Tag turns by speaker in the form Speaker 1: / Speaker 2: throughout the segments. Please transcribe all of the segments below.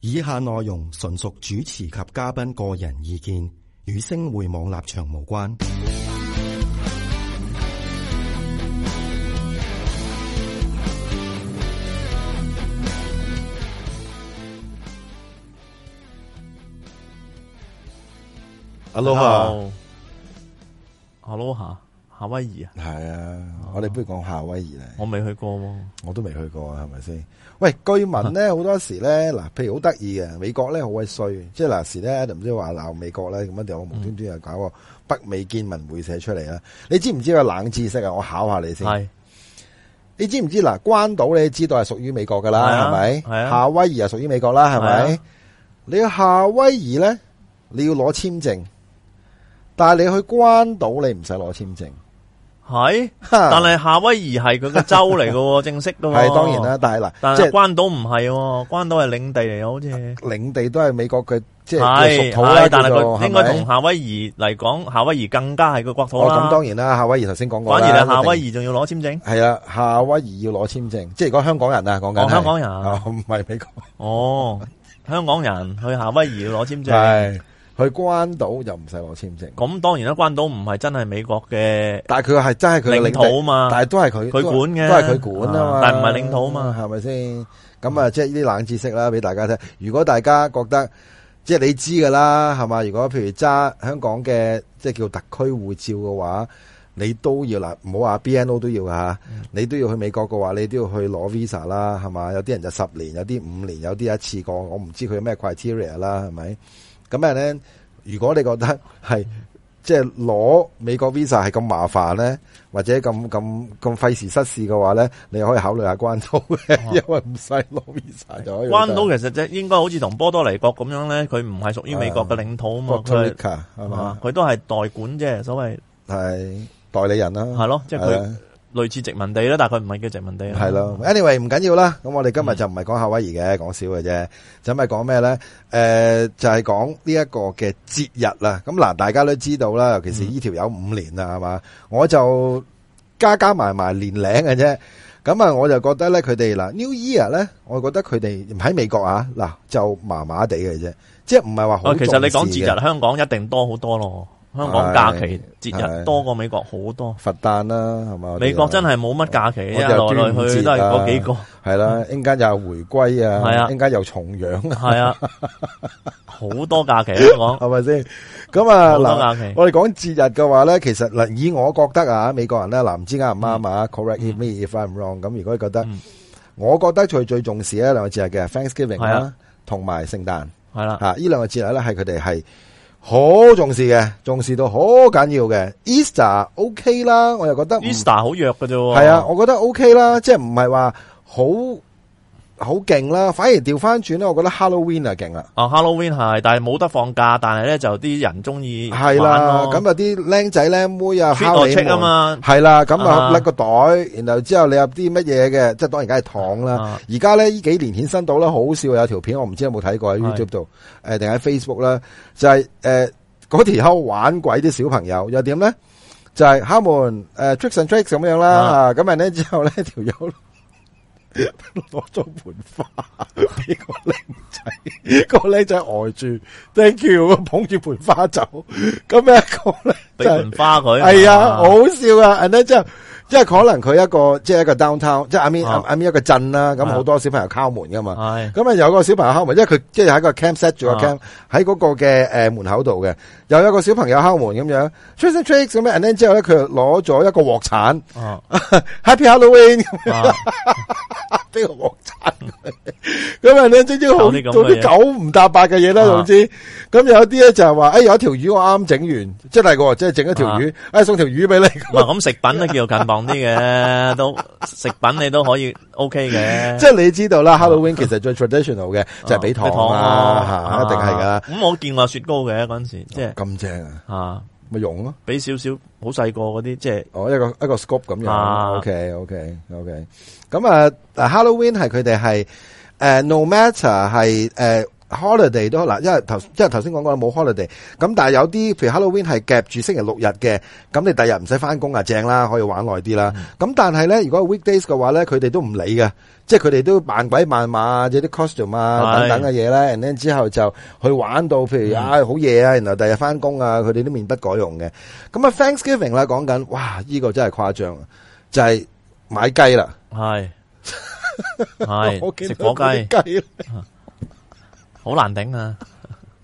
Speaker 1: 以下內容純屬主持及嘉賓個人意見，與星匯網立場無關。
Speaker 2: Aloha，
Speaker 3: Aloha，夏威夷啊，
Speaker 2: 係啊，我哋不如講夏威夷咧，
Speaker 3: 我未去過喎。
Speaker 2: 我都未去過啊，係咪先？喂，據聞 咧好多時咧，嗱，譬如好得意嘅，美國咧好鬼衰，即係嗱時咧，唔知話鬧美國咧，咁啊樣就無端端又搞個北美見聞會社出嚟啦。你知唔知個冷知識啊？我考下你先。
Speaker 3: 係
Speaker 2: 你知唔知嗱？關島你知道係屬於美國噶
Speaker 3: 係啊
Speaker 2: 啦，係咪？
Speaker 3: 係啊
Speaker 2: 夏威夷係屬於美國啦，係
Speaker 3: 係
Speaker 2: 咪
Speaker 3: 啊？
Speaker 2: 你去夏威夷咧，你要攞簽證，但係你去關島你唔使攞簽證。
Speaker 3: 係，
Speaker 2: 但
Speaker 3: 但係夏威夷係佢個州嚟嘅喎，正式嘅喎。
Speaker 2: 系当然啦，，但系
Speaker 3: 但
Speaker 2: 嗱，即
Speaker 3: 係
Speaker 2: 系
Speaker 3: 關島唔係喎，關島係領地嚟嘅，好似
Speaker 2: 領地都係美國嘅，即係
Speaker 3: 係
Speaker 2: 屬土啦，
Speaker 3: 係，但係
Speaker 2: 叫做
Speaker 3: 佢應該
Speaker 2: 係
Speaker 3: 同
Speaker 2: 咪
Speaker 3: 夏威夷嚟講，夏威夷更加係佢國土
Speaker 2: 哦
Speaker 3: 啦
Speaker 2: 咁。當然啦，夏威夷頭先講過
Speaker 3: 反
Speaker 2: 啦，
Speaker 3: 而你夏威
Speaker 2: 夷
Speaker 3: 夷仲要攞簽證，
Speaker 2: 係啊，夏威夷要攞簽證，即係如果香港人啊，講緊
Speaker 3: 哦
Speaker 2: 係
Speaker 3: 香港人
Speaker 2: 哦唔係美國，
Speaker 3: 哦，香港人去夏威夷要攞簽證，
Speaker 2: 係去關島就唔使攞簽證，
Speaker 3: 咁當然啦，關島唔係真係美國嘅
Speaker 2: 但係佢係真係佢嘅
Speaker 3: 領
Speaker 2: 領地
Speaker 3: 土啊嘛。
Speaker 2: 但係都係佢
Speaker 3: 佢
Speaker 2: 都係
Speaker 3: 管嘅
Speaker 2: 都係佢管啊嘛
Speaker 3: 啊，但係唔係領土啊嘛嗯
Speaker 2: 係咪先？咁啊，即係呢啲冷知識啦，俾大家聽。如果大家覺得即係你知噶啦，係嘛？如果譬如揸香港嘅即係叫特區護照嘅話，你都要嗱，唔好話 BNO 都要吓，你都要去美國嘅話，你都要去攞 visa 啦，係嘛？有啲人就十年，有啲五年，有啲一次過，我唔知佢有咩 criteria 啦，係咪？咁啊咧，如果你覺得係即係攞美國 visa 係咁麻煩咧，或者咁咁咁費時失事嘅話咧，你可以考慮下關島嘅，
Speaker 3: 哦
Speaker 2: 因為唔使攞 visa 就可以去得。
Speaker 3: 關島其實即應該好似同波多黎各咁樣咧，佢唔係屬於美國嘅領土啊嘛，佢
Speaker 2: Costa
Speaker 3: 係
Speaker 2: Rica 係嘛
Speaker 3: 啊，佢都係代管啫，所謂
Speaker 2: 係代理人啦，
Speaker 3: 係咯，即係
Speaker 2: 係啊
Speaker 3: 佢
Speaker 2: 啦
Speaker 3: 類似殖民地啦，但係佢唔係叫殖民地啦哦
Speaker 2: 係咯。Anyway 唔緊要啦，咁我哋今日就唔係講夏威夷嘅，講少嘅啫，就咪講咩咧？誒就係講呢一個嘅節日啦。咁嗱，大家都知道啦，尤其是呢條友五年啦，係嘛，我就。加加埋埋年齡嘅啫。咁啊，我就覺得咧，佢哋嗱 New Year 咧，我覺得佢哋唔喺美國啊，嗱就麻麻地嘅啫，即係唔係話好
Speaker 3: 啊，其實你講
Speaker 2: 重視
Speaker 3: 節
Speaker 2: 嘅
Speaker 3: 日，香港一定多好多咯。香港假期節
Speaker 2: 係
Speaker 3: 日多過美國好多，
Speaker 2: 佛誕啦，係嘛？
Speaker 3: 美國真係冇乜假期，一
Speaker 2: 我就
Speaker 3: 來來去去都係
Speaker 2: 啊
Speaker 3: 嗰幾個，
Speaker 2: 係啦，一間又回歸啊，
Speaker 3: 係啊
Speaker 2: 一間又重 陽啊，
Speaker 3: 係啊，好多假期香港，
Speaker 2: 係咪先？咁啊
Speaker 3: 好多
Speaker 2: 嗱。
Speaker 3: 假期，
Speaker 2: 我哋講節日嘅話咧，其實嗱，以我覺得啊，美國人咧，嗱唔知啱唔啱啊，correct me if I'm wrong。咁如果覺得
Speaker 3: 嗯，
Speaker 2: 我覺得佢最重視咧兩個節日嘅 Thanksgiving
Speaker 3: 係
Speaker 2: 啦
Speaker 3: 啊，
Speaker 2: 同埋聖誕。
Speaker 3: 係啦，
Speaker 2: 啊！呢兩個節日咧係佢哋係好重視嘅，重視到好緊要嘅。Easter OK 啦，我又覺得唔
Speaker 3: Easter 好弱嘅啫喎，
Speaker 2: 嗯係啊，我覺得 OK 啦，即係唔係話好好勁啦，反而調翻轉咧，我覺得 Halloween 啊勁啦。
Speaker 3: 啊 Halloween 係，但係冇得放假，但係咧就啲人中意
Speaker 2: 係啦，咁啊有啲僆仔僆妹啊，
Speaker 3: t r e a t
Speaker 2: 敲
Speaker 3: or
Speaker 2: 你
Speaker 3: trick 啊
Speaker 2: 門，
Speaker 3: 嘛，
Speaker 2: 係啦，咁啊
Speaker 3: 啊
Speaker 2: 甩個袋，然後之後你入啲乜嘢嘅，即係當然梗係糖啦。
Speaker 3: 啊
Speaker 2: 而家咧呢幾年衍生到啦，好笑有條片，我唔知有冇睇過喺
Speaker 3: 係
Speaker 2: YouTube 度，誒定喺 Facebook 啦，就係誒嗰條友玩鬼啲小朋友，又點咧？就係敲門誒 tricks and tricks 咁樣啦，
Speaker 3: 啊
Speaker 2: 啊咁人咧之後咧條友攞 咗盆花俾個僆仔，個僆仔呆住，thank you，捧住盆花走，咁一個咧
Speaker 3: 俾盆花佢，
Speaker 2: 系啊，好笑啊！and 咧之後，即係可能佢一個即係一個 downtown，即係 I mean
Speaker 3: 啊
Speaker 2: I mean 一個鎮啦，咁
Speaker 3: 啊
Speaker 2: 好多小朋友敲門噶嘛。
Speaker 3: 係
Speaker 2: 咁啊有個小朋友敲門，因為佢即係喺個 camp set 住個
Speaker 3: 啊
Speaker 2: camp 喺嗰個嘅誒門口度嘅，又有一個小朋友敲門咁樣 t r i c k and tricks 咁樣，and then 之後咧佢就攞咗一個鑊鏟
Speaker 3: 啊
Speaker 2: ，Happy Halloween 咁
Speaker 3: 啊
Speaker 2: 俾個鑊鏟佢，咁啊咧即係好
Speaker 3: 搞啲咁嘅嘢
Speaker 2: 做啲九唔搭八嘅嘢啦，
Speaker 3: 啊
Speaker 2: 總之咁有啲咧就係話，誒有一條魚我啱整完，即係例如我即係整一條
Speaker 3: 啊
Speaker 2: 魚，誒送條魚俾你。
Speaker 3: 唔係咁食品都叫做近磅啲 嘅，都食品你都可以 OK 嘅，
Speaker 2: 即係你知道
Speaker 3: 啊
Speaker 2: 啦，Halloween 其實最 traditional 嘅就係俾糖啦，吓一定係噶
Speaker 3: 啊
Speaker 2: 啦，
Speaker 3: 咁我見過雪糕嘅嗰陣時，即係
Speaker 2: 咁正啊，
Speaker 3: 啊，
Speaker 2: 咪用咯，
Speaker 3: 俾少少好細個嗰啲，即係
Speaker 2: 哦一個一個 scoop 咁
Speaker 3: 啊
Speaker 2: 樣，OK OK OK，咁啊嗱，Halloween 係佢哋係诶，no matter 係诶 holiday 都嗱，因為頭因為頭先講過啦，冇 holiday，咁但係有啲譬如 Halloween 係夾住星期六日嘅，咁你第日唔使翻工啊，正啦，可以玩耐啲啦。咁但係咧，如果 weekdays 嘅話咧，佢哋都唔理嘅，即係佢哋都扮鬼扮馬，有啲 costume 啊
Speaker 3: 係
Speaker 2: 等等嘅嘢啦，然後之後就去玩到譬如
Speaker 3: 嗯
Speaker 2: 啊好夜啊，然後第日翻工啊，佢哋都面不改容嘅。咁啊 Thanksgiving 啦，講緊，哇，呢、個真係誇張啊，就係、買雞啦，
Speaker 3: 系
Speaker 2: 我
Speaker 3: 系
Speaker 2: 見
Speaker 3: 食
Speaker 2: 到
Speaker 3: 火雞
Speaker 2: 嗰啲雞
Speaker 3: 好難頂啊！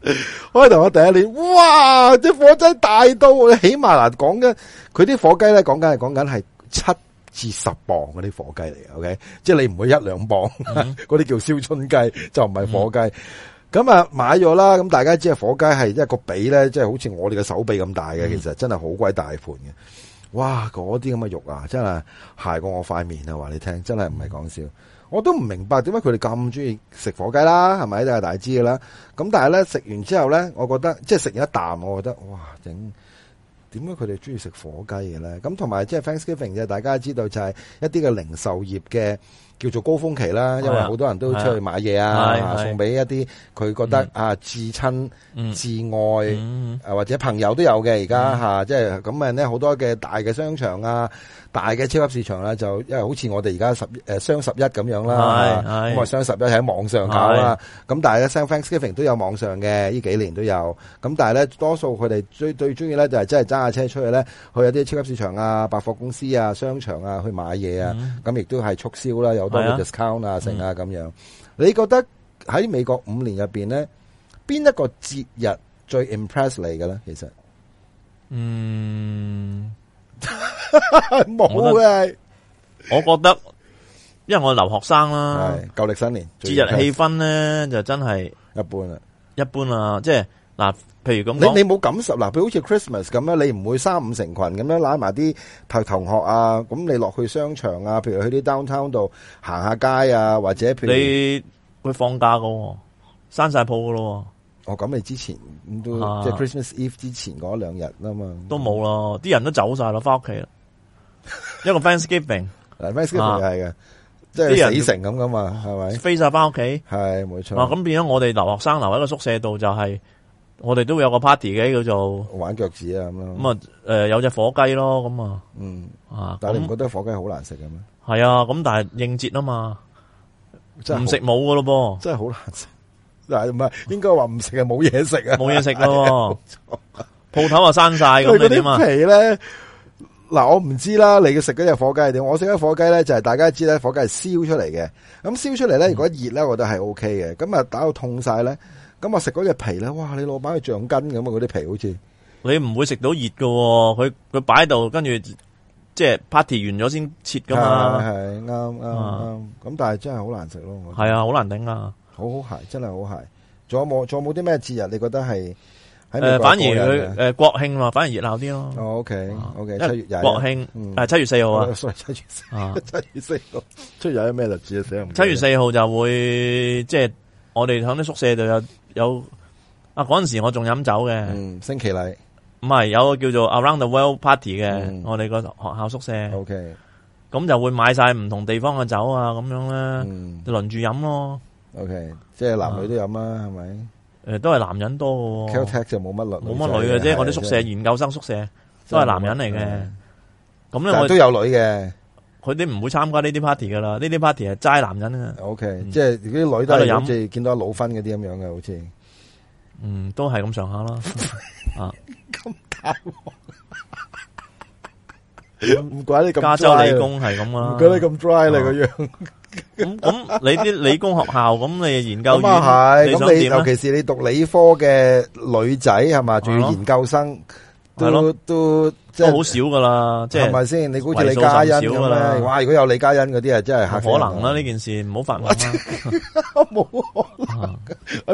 Speaker 2: 开头啊我第一年，哇！啲火雞大到，起碼嗱講緊佢啲火雞咧，講緊係講緊係七至十磅嗰啲火雞嚟嘅，OK，即係你唔會一兩磅，嗰啲叫燒春雞，就唔係火雞。咁啊買咗啦，咁大家知啊，火雞係一個髀咧，即係好似我哋嘅手臂咁大嘅，
Speaker 3: 嗯
Speaker 2: 其實真係好鬼大盤嘅。哇！嗰啲咁嘅肉啊，真係鞋過我塊面啊！話你聽，真係唔係講笑。我都唔明白點解佢哋咁中意食火雞啦，係咪？大家大家知嘅啦。咁但係咧食完之後咧，我覺得即係食完一啖，我覺得哇整。點解佢哋中意食火雞嘅咧？咁同埋即係 Thanksgiving 啫，大家知道就係一啲嘅零售業嘅叫做高峰期啦，因為
Speaker 3: 係啊
Speaker 2: 好多人都出去買嘢
Speaker 3: 係
Speaker 2: 啊，
Speaker 3: 係
Speaker 2: 送俾一啲佢覺得
Speaker 3: 嗯
Speaker 2: 啊至親
Speaker 3: 嗯
Speaker 2: 至愛。
Speaker 3: 嗯
Speaker 2: 啊，或者朋友都有嘅，而家
Speaker 3: 嗯
Speaker 2: 吓，即係咁啊咧，好多嘅大嘅商場啊，大嘅超級市場啦，就因為好似我哋而家十诶双十一咁樣啦
Speaker 3: 係，
Speaker 2: 嚇
Speaker 3: 係
Speaker 2: 咁啊雙十一喺網上搞啦，咁但係咧 San Thanksgiving 都有網上嘅，呢幾年都有，咁但係咧多數佢哋最最中意咧就係真係揸下車出去咧，去一啲超級市場啊、百貨公司啊、商場啊去買嘢啊，
Speaker 3: 嗯
Speaker 2: 咁亦都係促銷啦，有好多
Speaker 3: 係啊
Speaker 2: 嘅 discount 啊、成啊咁樣。你覺得喺美國五年入邊咧，邊一個節日最 impress 你嘅咧？其 實
Speaker 3: 嗯，啊
Speaker 2: 冇啊嘅，
Speaker 3: 我覺得，因為我留學生啦，
Speaker 2: 係舊歷新年
Speaker 3: 啊節日
Speaker 2: 氣
Speaker 3: 氣氛咧就真係
Speaker 2: 一般啦。
Speaker 3: 一般啦。即係嗱，譬如咁
Speaker 2: 你
Speaker 3: 講，
Speaker 2: 你冇感受嗱，譬如好似 Christmas 咁樣，你唔會三五成群咁樣攬埋啲同同學啊，咁你落去商場啊，譬如去啲 downtown 度行下街啊，或者譬如
Speaker 3: 你佢放假噶，閂晒鋪噶咯
Speaker 2: 哦咁，你之前咁都
Speaker 3: 啊
Speaker 2: 即係 Christmas Eve 之前嗰兩日啊嘛，
Speaker 3: 喎，都冇啦，啲人都走晒啦，翻屋企 啦。一個 Thanksgiving
Speaker 2: 嗱 Thanksgiving 又係嘅，即
Speaker 3: 啊啲人
Speaker 2: 係死城咁噶嘛，係咪？
Speaker 3: 飛晒翻屋企。
Speaker 2: 係冇錯。
Speaker 3: 啊，咁變咗我哋留學生留喺個宿舍度就係、我哋都會有個 party 嘅叫做
Speaker 2: 玩腳趾啊咁咯。
Speaker 3: 咁啊誒有隻火雞咯咁啊
Speaker 2: 嗯，
Speaker 3: 啊
Speaker 2: 但系你唔
Speaker 3: 咁
Speaker 2: 覺得火雞好難食嘅咩？
Speaker 3: 係啊咁但係應節啊嘛，
Speaker 2: 真係
Speaker 3: 唔食
Speaker 2: 好
Speaker 3: 冇噶咯
Speaker 2: 真係好難食。嗱，唔係應該話唔食係冇嘢食啊
Speaker 3: 噃，，冇嘢食咯 喎，鋪頭啊閂晒咁
Speaker 2: 佢
Speaker 3: 你
Speaker 2: 嗰
Speaker 3: 點啊
Speaker 2: 啲？皮咧。嗱，我唔知啦，你嘅食嗰只火雞係點？我食嗰隻火雞咧，就係大家知咧，火雞係燒出嚟嘅。咁燒出嚟
Speaker 3: 嗯
Speaker 2: 咧，如果熱咧，我覺得係 O K 嘅。咁啊，打到痛晒咧，咁啊我食嗰只皮咧，哇！你老闆係橡筋咁啊，嗰啲皮好似
Speaker 3: 你唔會食到熱嘅喎，佢佢擺喺度跟住即係 party 完咗先切噶
Speaker 2: 係
Speaker 3: 嘛，
Speaker 2: 係啱啱啱
Speaker 3: 啊。
Speaker 2: 咁但係真係好難食咯，我覺得
Speaker 3: 係啊好難頂啊！
Speaker 2: 好好鞋，真係好鞋。仲有冇仲有冇啲咩節日？你覺得係喺
Speaker 3: 誒、
Speaker 2: 美國過
Speaker 3: 反而
Speaker 2: 癮嘅
Speaker 3: 佢誒、國慶嘛，反而熱鬧啲咯。
Speaker 2: 哦，OK OK，
Speaker 3: 因為
Speaker 2: 七月廿一
Speaker 3: 國慶
Speaker 2: 嗯
Speaker 3: 誒七月四號 啊
Speaker 2: 哦，sorry，七月四，
Speaker 3: 啊。
Speaker 2: 七月四號，七月廿一咩日子啊？死人
Speaker 3: 七月四號就會即係我哋喺啲宿舍度有有啊嗰阵时我仲飲酒嘅，
Speaker 2: 嗯，星期禮
Speaker 3: 唔係有個叫做 Around the World Party 嘅，
Speaker 2: 嗯
Speaker 3: 我哋個學校宿舍咁、
Speaker 2: ，OK，
Speaker 3: 就會買晒唔同地方嘅酒啊，咁樣咧
Speaker 2: 嗯
Speaker 3: 就輪住飲咯。
Speaker 2: ，OK，即係男女都有
Speaker 3: 啊
Speaker 2: 啦，係咪
Speaker 3: 诶、都係男人多嘅
Speaker 2: c a l
Speaker 3: 喎，
Speaker 2: Tech 就冇乜女，
Speaker 3: 哦
Speaker 2: 啊
Speaker 3: 冇乜女嘅啫。
Speaker 2: 係
Speaker 3: 我啲宿舍研究生宿舍都係男人嚟，
Speaker 2: 係
Speaker 3: 嘅，咁
Speaker 2: 但係
Speaker 3: 咧
Speaker 2: 都有女嘅
Speaker 3: 我佢哋唔會參加呢啲 party 噶啦，呢啲 party 係齋男人嘅，
Speaker 2: ，OK，
Speaker 3: 嗯
Speaker 2: 即係啲女都
Speaker 3: 喺度
Speaker 2: 係
Speaker 3: 飲
Speaker 2: 好似見到阿老芬嗰啲咁樣嘅，好似
Speaker 3: 嗯，都係咁上下啦。
Speaker 2: 唔怪你咁
Speaker 3: 加州理
Speaker 2: dry
Speaker 3: 工哦係咁
Speaker 2: 啊，
Speaker 3: 啦
Speaker 2: 唔。怪你咁 dry 你個樣。
Speaker 3: 咁咁，你啲理工學校咁，你研究
Speaker 2: 咁啊
Speaker 3: 院，
Speaker 2: 係，
Speaker 3: 想
Speaker 2: 咁你
Speaker 3: 點
Speaker 2: 尤
Speaker 3: 咧？
Speaker 2: 其是你讀理科嘅女仔係嘛，仲要
Speaker 3: 係咯
Speaker 2: 研究生，
Speaker 3: 係
Speaker 2: 都
Speaker 3: 咯
Speaker 2: 都即
Speaker 3: 都
Speaker 2: 係
Speaker 3: 好少噶啦，即
Speaker 2: 係
Speaker 3: 係
Speaker 2: 咪先？你估住
Speaker 3: 為
Speaker 2: 李
Speaker 3: 數
Speaker 2: 嘉欣
Speaker 3: 甚少
Speaker 2: 咁
Speaker 3: 㗎啦
Speaker 2: 咧？哇！如果有李嘉欣嗰啲啊，真係嚇死
Speaker 3: 可
Speaker 2: 人
Speaker 3: 能啦。呢件事唔好發夢啊啦。
Speaker 2: 冇可能，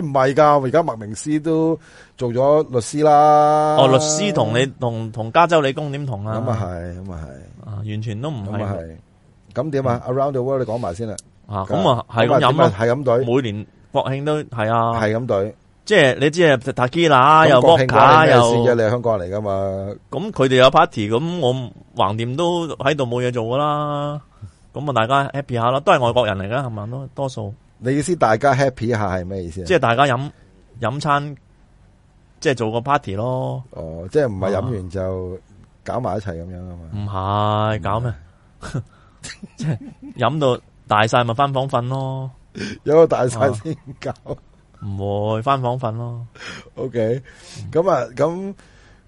Speaker 2: 誒唔係㗎，而家麥明詩都做咗律師啦。
Speaker 3: 哦，律師同你同同加州理工點同啊？
Speaker 2: 咁啊係，咁啊係，
Speaker 3: 啊，完全都唔
Speaker 2: 咁啊
Speaker 3: 係
Speaker 2: 係。咁點啊？Around the world 你講埋先啦。
Speaker 3: 啊，咁啊係
Speaker 2: 啊
Speaker 3: 咁飲
Speaker 2: 點啊
Speaker 3: 咯。
Speaker 2: 係咁隊，
Speaker 3: 每年國慶都係啊，
Speaker 2: 係咁隊。
Speaker 3: 即係你知啊，塔基拿又
Speaker 2: 咁國慶
Speaker 3: vodka
Speaker 2: 關你咩事啫？
Speaker 3: 又
Speaker 2: 你係香港人嚟㗎嘛？
Speaker 3: 咁，佢哋有 party，咁我橫掂都喺度冇嘢做噶啦。咁啊，大家 happy 下啦，都係外國人嚟噶，係咪都多數
Speaker 2: 你意思大家 happy 一下系咩意思啊？
Speaker 3: 即系大家饮饮餐，即系做个 party 咯，
Speaker 2: 哦，即系唔系饮完就搞埋一齐咁样啊嘛？
Speaker 3: 唔系搞咩？ 即系饮到大晒咪翻房瞓咯，
Speaker 2: 有个大晒先搞。
Speaker 3: 唔会翻房瞓咯，
Speaker 2: OK，咁啊，咁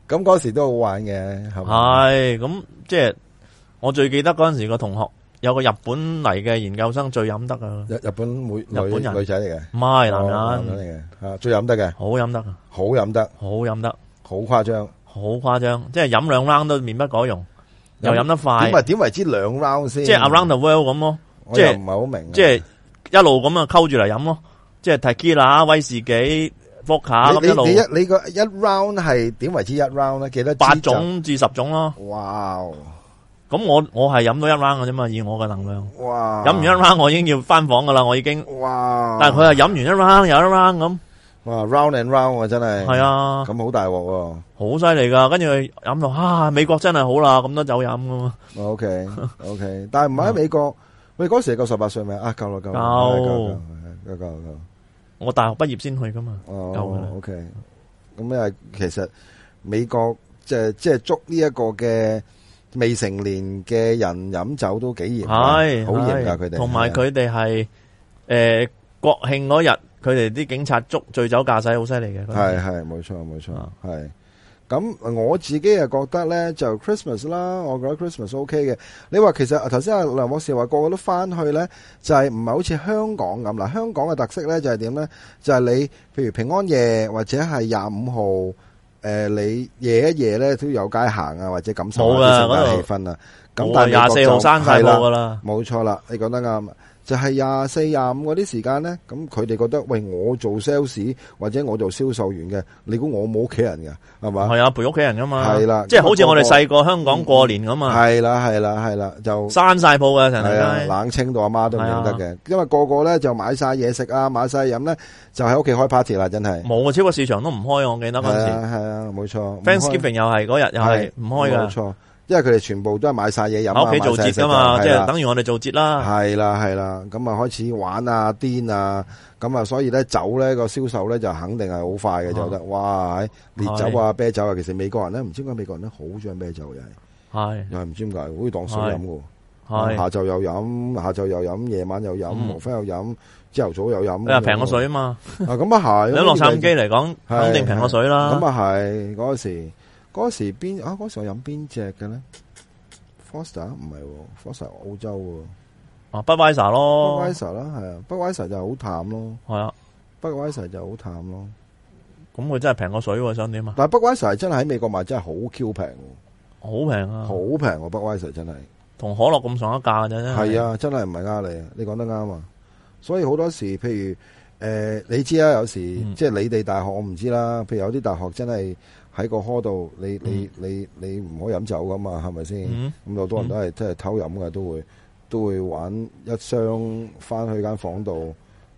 Speaker 2: 咁嗰时都好玩嘅，系
Speaker 3: 系
Speaker 2: 嘛？
Speaker 3: 咁即系我最记得嗰阵时个同学有个日本嚟嘅研究生最饮得噶，
Speaker 2: 日日本妹女
Speaker 3: 日本人
Speaker 2: 女仔嚟嘅，
Speaker 3: 唔系男
Speaker 2: 哦
Speaker 3: 人，
Speaker 2: 嚟嘅，啊，最饮得嘅，
Speaker 3: 好饮得㗎，
Speaker 2: 好饮得，
Speaker 3: 好饮得，
Speaker 2: 好夸张。
Speaker 3: 好夸张，即系饮两 round 都面不改容，又饮得快
Speaker 2: 点，为点为之两 round 先？
Speaker 3: 即系 around the world 咁咯。
Speaker 2: 我又
Speaker 3: 即係
Speaker 2: 唔系好明啊。
Speaker 3: 即係一路咁啊溝住嚟飲咯，即係 tequila、威士忌、伏卡咁
Speaker 2: 你你
Speaker 3: 一
Speaker 2: 你
Speaker 3: 路
Speaker 2: 一你个一 round 系点为之一 round 咧？几多支
Speaker 3: 八
Speaker 2: 酒？
Speaker 3: 種至十種咯。
Speaker 2: 哇
Speaker 3: 咁我我係飲到一 round 嘅啫嘛，以我嘅能量，
Speaker 2: 哇！
Speaker 3: 飲完一 round 我已經要翻房噶啦，我已經。
Speaker 2: 哇！
Speaker 3: 但係佢係飲完一 round 又一 round 咁，
Speaker 2: 哇 round and round 啊，真系
Speaker 3: 係，啊，
Speaker 2: 咁好大镬喎。
Speaker 3: 好犀利噶。跟住佢飲到啊，美國真係好啦，咁多酒飲噶嘛，
Speaker 2: O K O K，但系唔系喺美國，喂嗰時係夠十八歲未啊？夠啦，夠啦，
Speaker 3: 夠
Speaker 2: 夠啦夠啦夠啦夠啦
Speaker 3: 我大學畢業先去噶嘛。夠啦
Speaker 2: 哦，O K。咁啊，其實美國即係即係捉呢一個嘅未成年嘅人飲酒都幾嚴㗎，
Speaker 3: 係
Speaker 2: 好嚴㗎
Speaker 3: 係
Speaker 2: 佢哋。
Speaker 3: 同埋佢哋係诶國慶嗰日，佢哋啲警察捉醉酒駕駛好犀利嘅。嗰陣時
Speaker 2: 係係冇錯冇錯
Speaker 3: 啊
Speaker 2: 係。咁我自己啊覺得咧就 Christmas 啦，我覺得 Christmas O K 嘅。你話其實頭先阿梁博士話個個都翻去咧，就係唔係好似香港咁嗱？香港嘅特色咧就係點咧？就係、你譬如平安夜或者係廿五號，誒、你夜一夜咧都有街行啊，或者感受下
Speaker 3: 冇啊
Speaker 2: 啲聖誕
Speaker 3: 嗰
Speaker 2: 氣
Speaker 3: 度
Speaker 2: 氛啊。咁
Speaker 3: 咁
Speaker 2: 但係
Speaker 3: 但
Speaker 2: 美國
Speaker 3: 廿四號
Speaker 2: 就
Speaker 3: 生晒
Speaker 2: 係啦
Speaker 3: 鋪噶啦，
Speaker 2: 冇錯啦，你講得啱，就係廿四、廿五嗰啲時間咧，咁佢哋覺得喂，我做 sales 或者我做銷售員嘅，你估我冇屋企人嘅係嘛？
Speaker 3: 係啊，陪屋企人噶嘛，
Speaker 2: 係啦
Speaker 3: 即係好似我哋
Speaker 2: 咁啊
Speaker 3: 細個香港過年咁啊，
Speaker 2: 係啦，係啦，係啦，就
Speaker 3: 閂晒鋪噶成
Speaker 2: 係啊，
Speaker 3: 日
Speaker 2: 冷清到阿媽都唔認得
Speaker 3: 啊
Speaker 2: 嘅，因為個個咧就買晒嘢食啊，買晒飲咧，就喺屋企開 party 啦，真係。
Speaker 3: 都冇啊，超過市場都唔開，我記得嗰
Speaker 2: 係
Speaker 3: 陣時
Speaker 2: 啊，係啊，冇錯。
Speaker 3: Thanksgiving 又係嗰日又係
Speaker 2: 係
Speaker 3: 唔
Speaker 2: 冇
Speaker 3: 開噶，
Speaker 2: 錯，因為佢哋全部都係買晒嘢飲啊
Speaker 3: 喺屋企做
Speaker 2: 買晒
Speaker 3: 節
Speaker 2: 食
Speaker 3: 噶嘛，
Speaker 2: 係
Speaker 3: 即
Speaker 2: 啦
Speaker 3: 係等於我哋做節啦，
Speaker 2: 系啦系啦，咁啊開始玩啊癲啊，咁啊所以咧酒咧個銷售咧就肯定係好快嘅
Speaker 3: 啊
Speaker 2: 就得，哇！烈酒啊啤酒啊，其實美國人咧唔知點解美國人咧好中意啤酒又係，
Speaker 3: 係
Speaker 2: 又係唔知點解，好似當水飲嘅喎，啊
Speaker 3: 係，
Speaker 2: 下晝又飲，下晝又飲，夜晚又飲，
Speaker 3: 嗯
Speaker 2: 無非又飲，朝頭早又飲，
Speaker 3: 你話平過水啊嘛，
Speaker 2: 啊咁啊係，
Speaker 3: 你喺洛杉
Speaker 2: 咁
Speaker 3: 磯嚟講
Speaker 2: 係
Speaker 3: 肯定平過水啦
Speaker 2: 咁，啊係嗰時嗰時邊啊嗰時我飲邊只嘅咧？Foster 唔係喎 Foster 澳洲喎。
Speaker 3: 啊 b u d w e i s e 咯，
Speaker 2: Budweiser 啦，係啊，Budweiser 就好淡咯
Speaker 3: 係啊，
Speaker 2: ，Budweiser 就好淡咯。
Speaker 3: 咁佢真係平過水喎，想點啊？
Speaker 2: 但係 Budweiser 真係喺美國賣真係好 Q 平喎，
Speaker 3: 好平啊
Speaker 2: 好，平喎 Budweiser 真係，
Speaker 3: 同可樂咁上一價嘅啫，
Speaker 2: 係，啊，真係唔係呃你啊，你講得啱啊。所以好多時，譬如诶，你知啊啦，有時
Speaker 3: 嗯
Speaker 2: 即係你哋大學我唔知啦，譬如有啲大學真係喺個 hall 度，你你你你唔可以飲酒噶嘛，係咪先？
Speaker 3: 嗯，
Speaker 2: 咁好多人都係真係偷飲嘅，都會都會玩一箱翻去間房度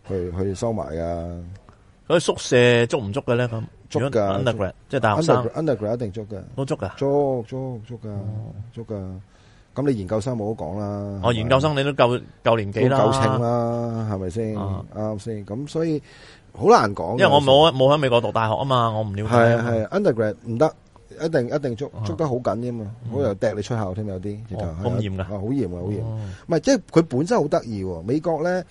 Speaker 2: 去去收埋啊噶。
Speaker 3: 佢宿舍捉唔捉嘅咧咁？
Speaker 2: 捉㗎
Speaker 3: 如果 undergrad 即係大學生
Speaker 2: Under- undergrad 啊一定捉嘅，
Speaker 3: 都捉㗎。
Speaker 2: 捉捉捉噶，捉噶。咁你研究生冇得講啦，係
Speaker 3: 哦，
Speaker 2: 咪
Speaker 3: 研究生你都夠夠年
Speaker 2: 都
Speaker 3: 紀啦，
Speaker 2: 夠稱啦，係咪先？
Speaker 3: 啊
Speaker 2: 啱先。咁所以好難講嘅。
Speaker 3: 因為我冇冇喺美國讀大學啊嘛，我唔了解
Speaker 2: 係
Speaker 3: 啊嘛。
Speaker 2: 係 undergrad 唔得，一定一定捉
Speaker 3: 啊
Speaker 2: 捉得好緊啫嘛，好又掟你出校添，有啲直頭
Speaker 3: 哦咁嚴㗎
Speaker 2: 係啊好嚴啊，好嚴。
Speaker 3: 哦
Speaker 2: 唔係，即係佢本身好得意喎。美國咧，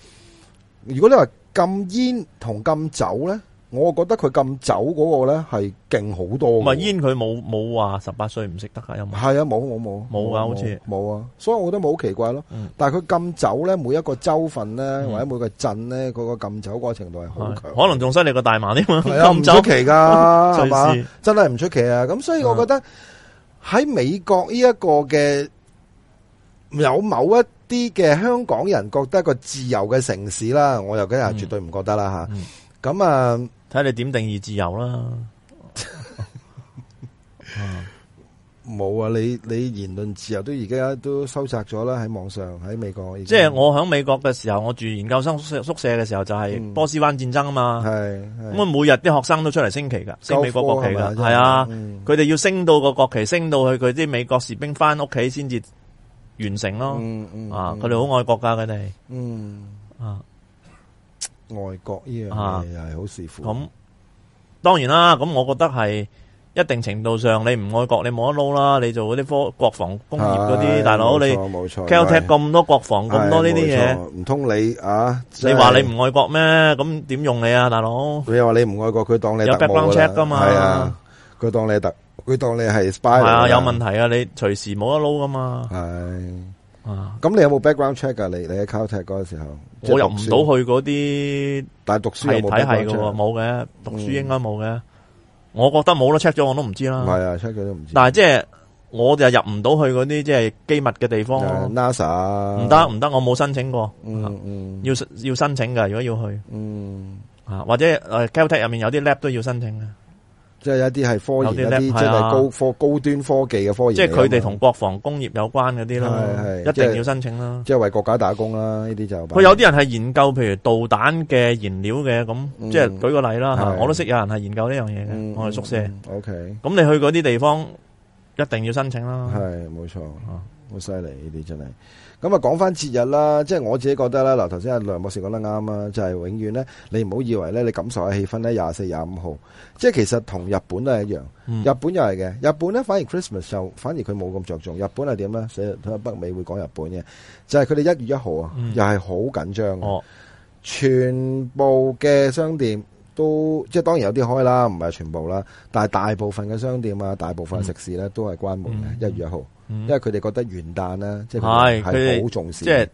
Speaker 2: 如果你話禁煙同禁酒咧，我覺得佢禁酒嗰個咧係勁好多
Speaker 3: 唔
Speaker 2: 喎。
Speaker 3: 係煙佢冇冇話十八歲唔食得㗎，有冇？
Speaker 2: 系啊，冇冇冇
Speaker 3: 冇啊好似
Speaker 2: 冇啊，所以我覺得冇好奇怪咯
Speaker 3: 嗯。
Speaker 2: 但係佢禁酒咧，每一個州份咧，或者每個鎮咧，嗰個禁酒嗰個程度係好
Speaker 3: 係
Speaker 2: 強，
Speaker 3: 可能仲犀利過大麻添啊！
Speaker 2: 係 啊，唔
Speaker 3: 禁
Speaker 2: 出
Speaker 3: 酒
Speaker 2: 奇噶，係嘛
Speaker 3: 隨時？
Speaker 2: 真係唔出奇啊！咁所以我覺得喺美國呢一個嘅有某一啲嘅香港人覺得一個自由嘅城市啦，我又梗係
Speaker 3: 嗯
Speaker 2: 絕對唔覺得啦
Speaker 3: 嗯
Speaker 2: 吓。咁啊，
Speaker 3: 睇你點定義自 由啦。啊
Speaker 2: 冇啊，你你言論自由都而家都收窄咗啦，喺網上喺美國已經，
Speaker 3: 即係我喺美國嘅時候，我住研究生宿舍宿舍嘅時候就
Speaker 2: 嗯
Speaker 3: 係波斯灣戰爭啊嘛。
Speaker 2: 係係
Speaker 3: 咁啊，每日啲學生都出嚟升旗㗎，升美國國旗
Speaker 2: Dạ.
Speaker 3: 㗎，係啊。
Speaker 2: 嗯
Speaker 3: 佢哋要升到個國旗，升到去佢啲美國士兵翻屋企先至完成咯。
Speaker 2: 嗯嗯
Speaker 3: À,
Speaker 2: Ừ.
Speaker 3: 啊，佢哋好愛國家，佢哋
Speaker 2: 嗯，
Speaker 3: 啊，
Speaker 2: 外國呢樣
Speaker 3: 啊
Speaker 2: 嘢又係好視乎。
Speaker 3: 咁當然啦，咁我覺得係一定程度上，你唔愛國你冇得撈啦。你做嗰啲科國防工業嗰啲
Speaker 2: 係
Speaker 3: 大佬，你
Speaker 2: 冇錯冇錯
Speaker 3: c a l t e
Speaker 2: 係
Speaker 3: c 咁多國防咁多呢啲
Speaker 2: 係
Speaker 3: 嘢，
Speaker 2: 冇錯唔通你啊？
Speaker 3: 你話你唔愛國咩？咁點用你啊，大佬？
Speaker 2: 你話你唔愛國，佢當你
Speaker 3: 有
Speaker 2: 特務啦
Speaker 3: background check 㗎嘛
Speaker 2: 係啊，佢當你係特，佢當你係 spy
Speaker 3: 係啊，有
Speaker 2: 問
Speaker 3: 問題啊，你隨時冇得撈噶嘛。
Speaker 2: 係
Speaker 3: 啊，
Speaker 2: 咁你有冇 background check 噶？你你喺 Caltech 嗰個時候，
Speaker 3: 我入唔
Speaker 2: 即係
Speaker 3: 到
Speaker 2: 讀書，
Speaker 3: 去嗰啲。
Speaker 2: 但係讀書
Speaker 3: 系
Speaker 2: 有冇啊
Speaker 3: 睇係
Speaker 2: background
Speaker 3: 嘅喎，
Speaker 2: check？
Speaker 3: 冇嘅，讀書應該冇嘅。我覺得冇啦，check 咗我都唔知
Speaker 2: 嗯唔
Speaker 3: 啦。
Speaker 2: 係啊，check 佢都唔知。
Speaker 3: 但係即係我就入唔到去嗰啲即係機密嘅地方
Speaker 2: 誒
Speaker 3: 咯，
Speaker 2: Dạ, NASA Ừ, 啊
Speaker 3: 唔得，唔得，我冇申請過，
Speaker 2: 嗯嗯
Speaker 3: 要要申請嘅。如果要去
Speaker 2: 嗯，
Speaker 3: 啊，或者诶 Caltech 入面有啲 lab 都要申請嘅，
Speaker 2: 即係有一啲係科研，有啲
Speaker 3: 有啲 lab，
Speaker 2: 真係
Speaker 3: 係啊
Speaker 2: 高科高端科技嘅科研嚟㗎嘛。
Speaker 3: 即係佢哋同國防工業有關嗰啲
Speaker 2: 係
Speaker 3: 咯，
Speaker 2: 係嗯
Speaker 3: 一定要申請啦。
Speaker 2: 即係為國家打工啦，呢啲就
Speaker 3: 佢有啲人係研究譬如導彈嘅燃料嘅，咁
Speaker 2: 嗯
Speaker 3: 即係舉個例啦吓，
Speaker 2: 係
Speaker 3: 我都識有人係研究呢樣嘢
Speaker 2: 嗯
Speaker 3: 嘅，我哋宿舍。咁
Speaker 2: 嗯，OK，
Speaker 3: 你去嗰啲地方一定要申請啦。
Speaker 2: 係冇錯。
Speaker 3: 啊
Speaker 2: 好犀利呢啲真係。咁啊，講翻節日啦，即係我自己覺得啦。嗱，頭先阿梁博士講得啱啊，就係、永遠咧，你唔好以為咧，你感受嘅氣氛咧，廿四、廿五號，即係其實同日本都係一樣。
Speaker 3: 嗯
Speaker 2: 日本又係嘅，日本咧反而 Christmas 就反而佢冇咁着重。日本係點咧？寫睇下北美會講日本嘅，就係佢哋一月一號啊，
Speaker 3: 嗯
Speaker 2: 又係好緊張嘅。
Speaker 3: 哦，
Speaker 2: 全部嘅商店都即係當然有啲開啦，唔係全部啦，但係大部分嘅商店啊，大部分嘅食肆咧都係關門
Speaker 3: 嗯
Speaker 2: 嘅，一月一號。
Speaker 3: 嗯
Speaker 2: 因為佢哋覺得元旦啦，即係
Speaker 3: 係
Speaker 2: 佢哋
Speaker 3: 佢哋
Speaker 2: 係好重視，
Speaker 3: 即係